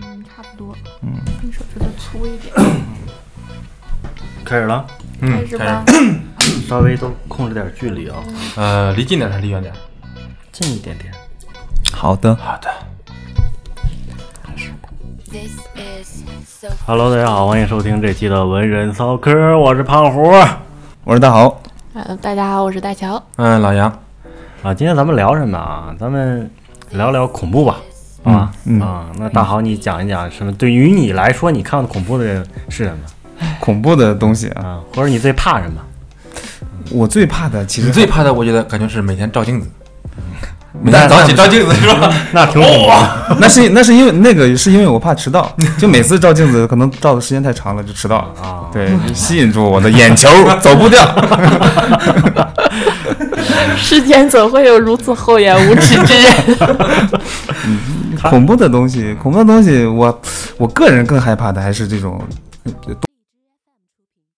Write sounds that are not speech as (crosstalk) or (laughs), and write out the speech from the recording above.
面差不多，嗯，你手指头粗一点，开始了，开嗯，始开吧始。。稍微都控制点距离啊、呃，离近点还是离远点？近一点点。好的，好的。 This is so Hello，大家好，欢迎收听这期的文人骚嗑，我是胖虎我是大豪。嗯，大家好，我是大乔。嗯，老杨，啊。今天咱们聊什么啊？咱们聊聊恐怖吧，好吧？嗯嗯啊，那大豪你讲一讲什么？对于你来说，你看的恐怖的是什么嗯恐怖的东西啊，啊？或者你最怕什么？我最怕的其你实最怕的，我觉得感觉是每天照镜子，每那天早起照镜子是吧？那挺恐怖的。那是那是因为那个是因为我怕迟到，就每次照镜子可能照的时间太长了就迟到了，啊，对，吸引住我的 (laughs) 眼球，走不掉。世间怎会有如此厚颜无耻之人？恐怖的东西，恐怖的东西，我我个人更害怕的还是这种。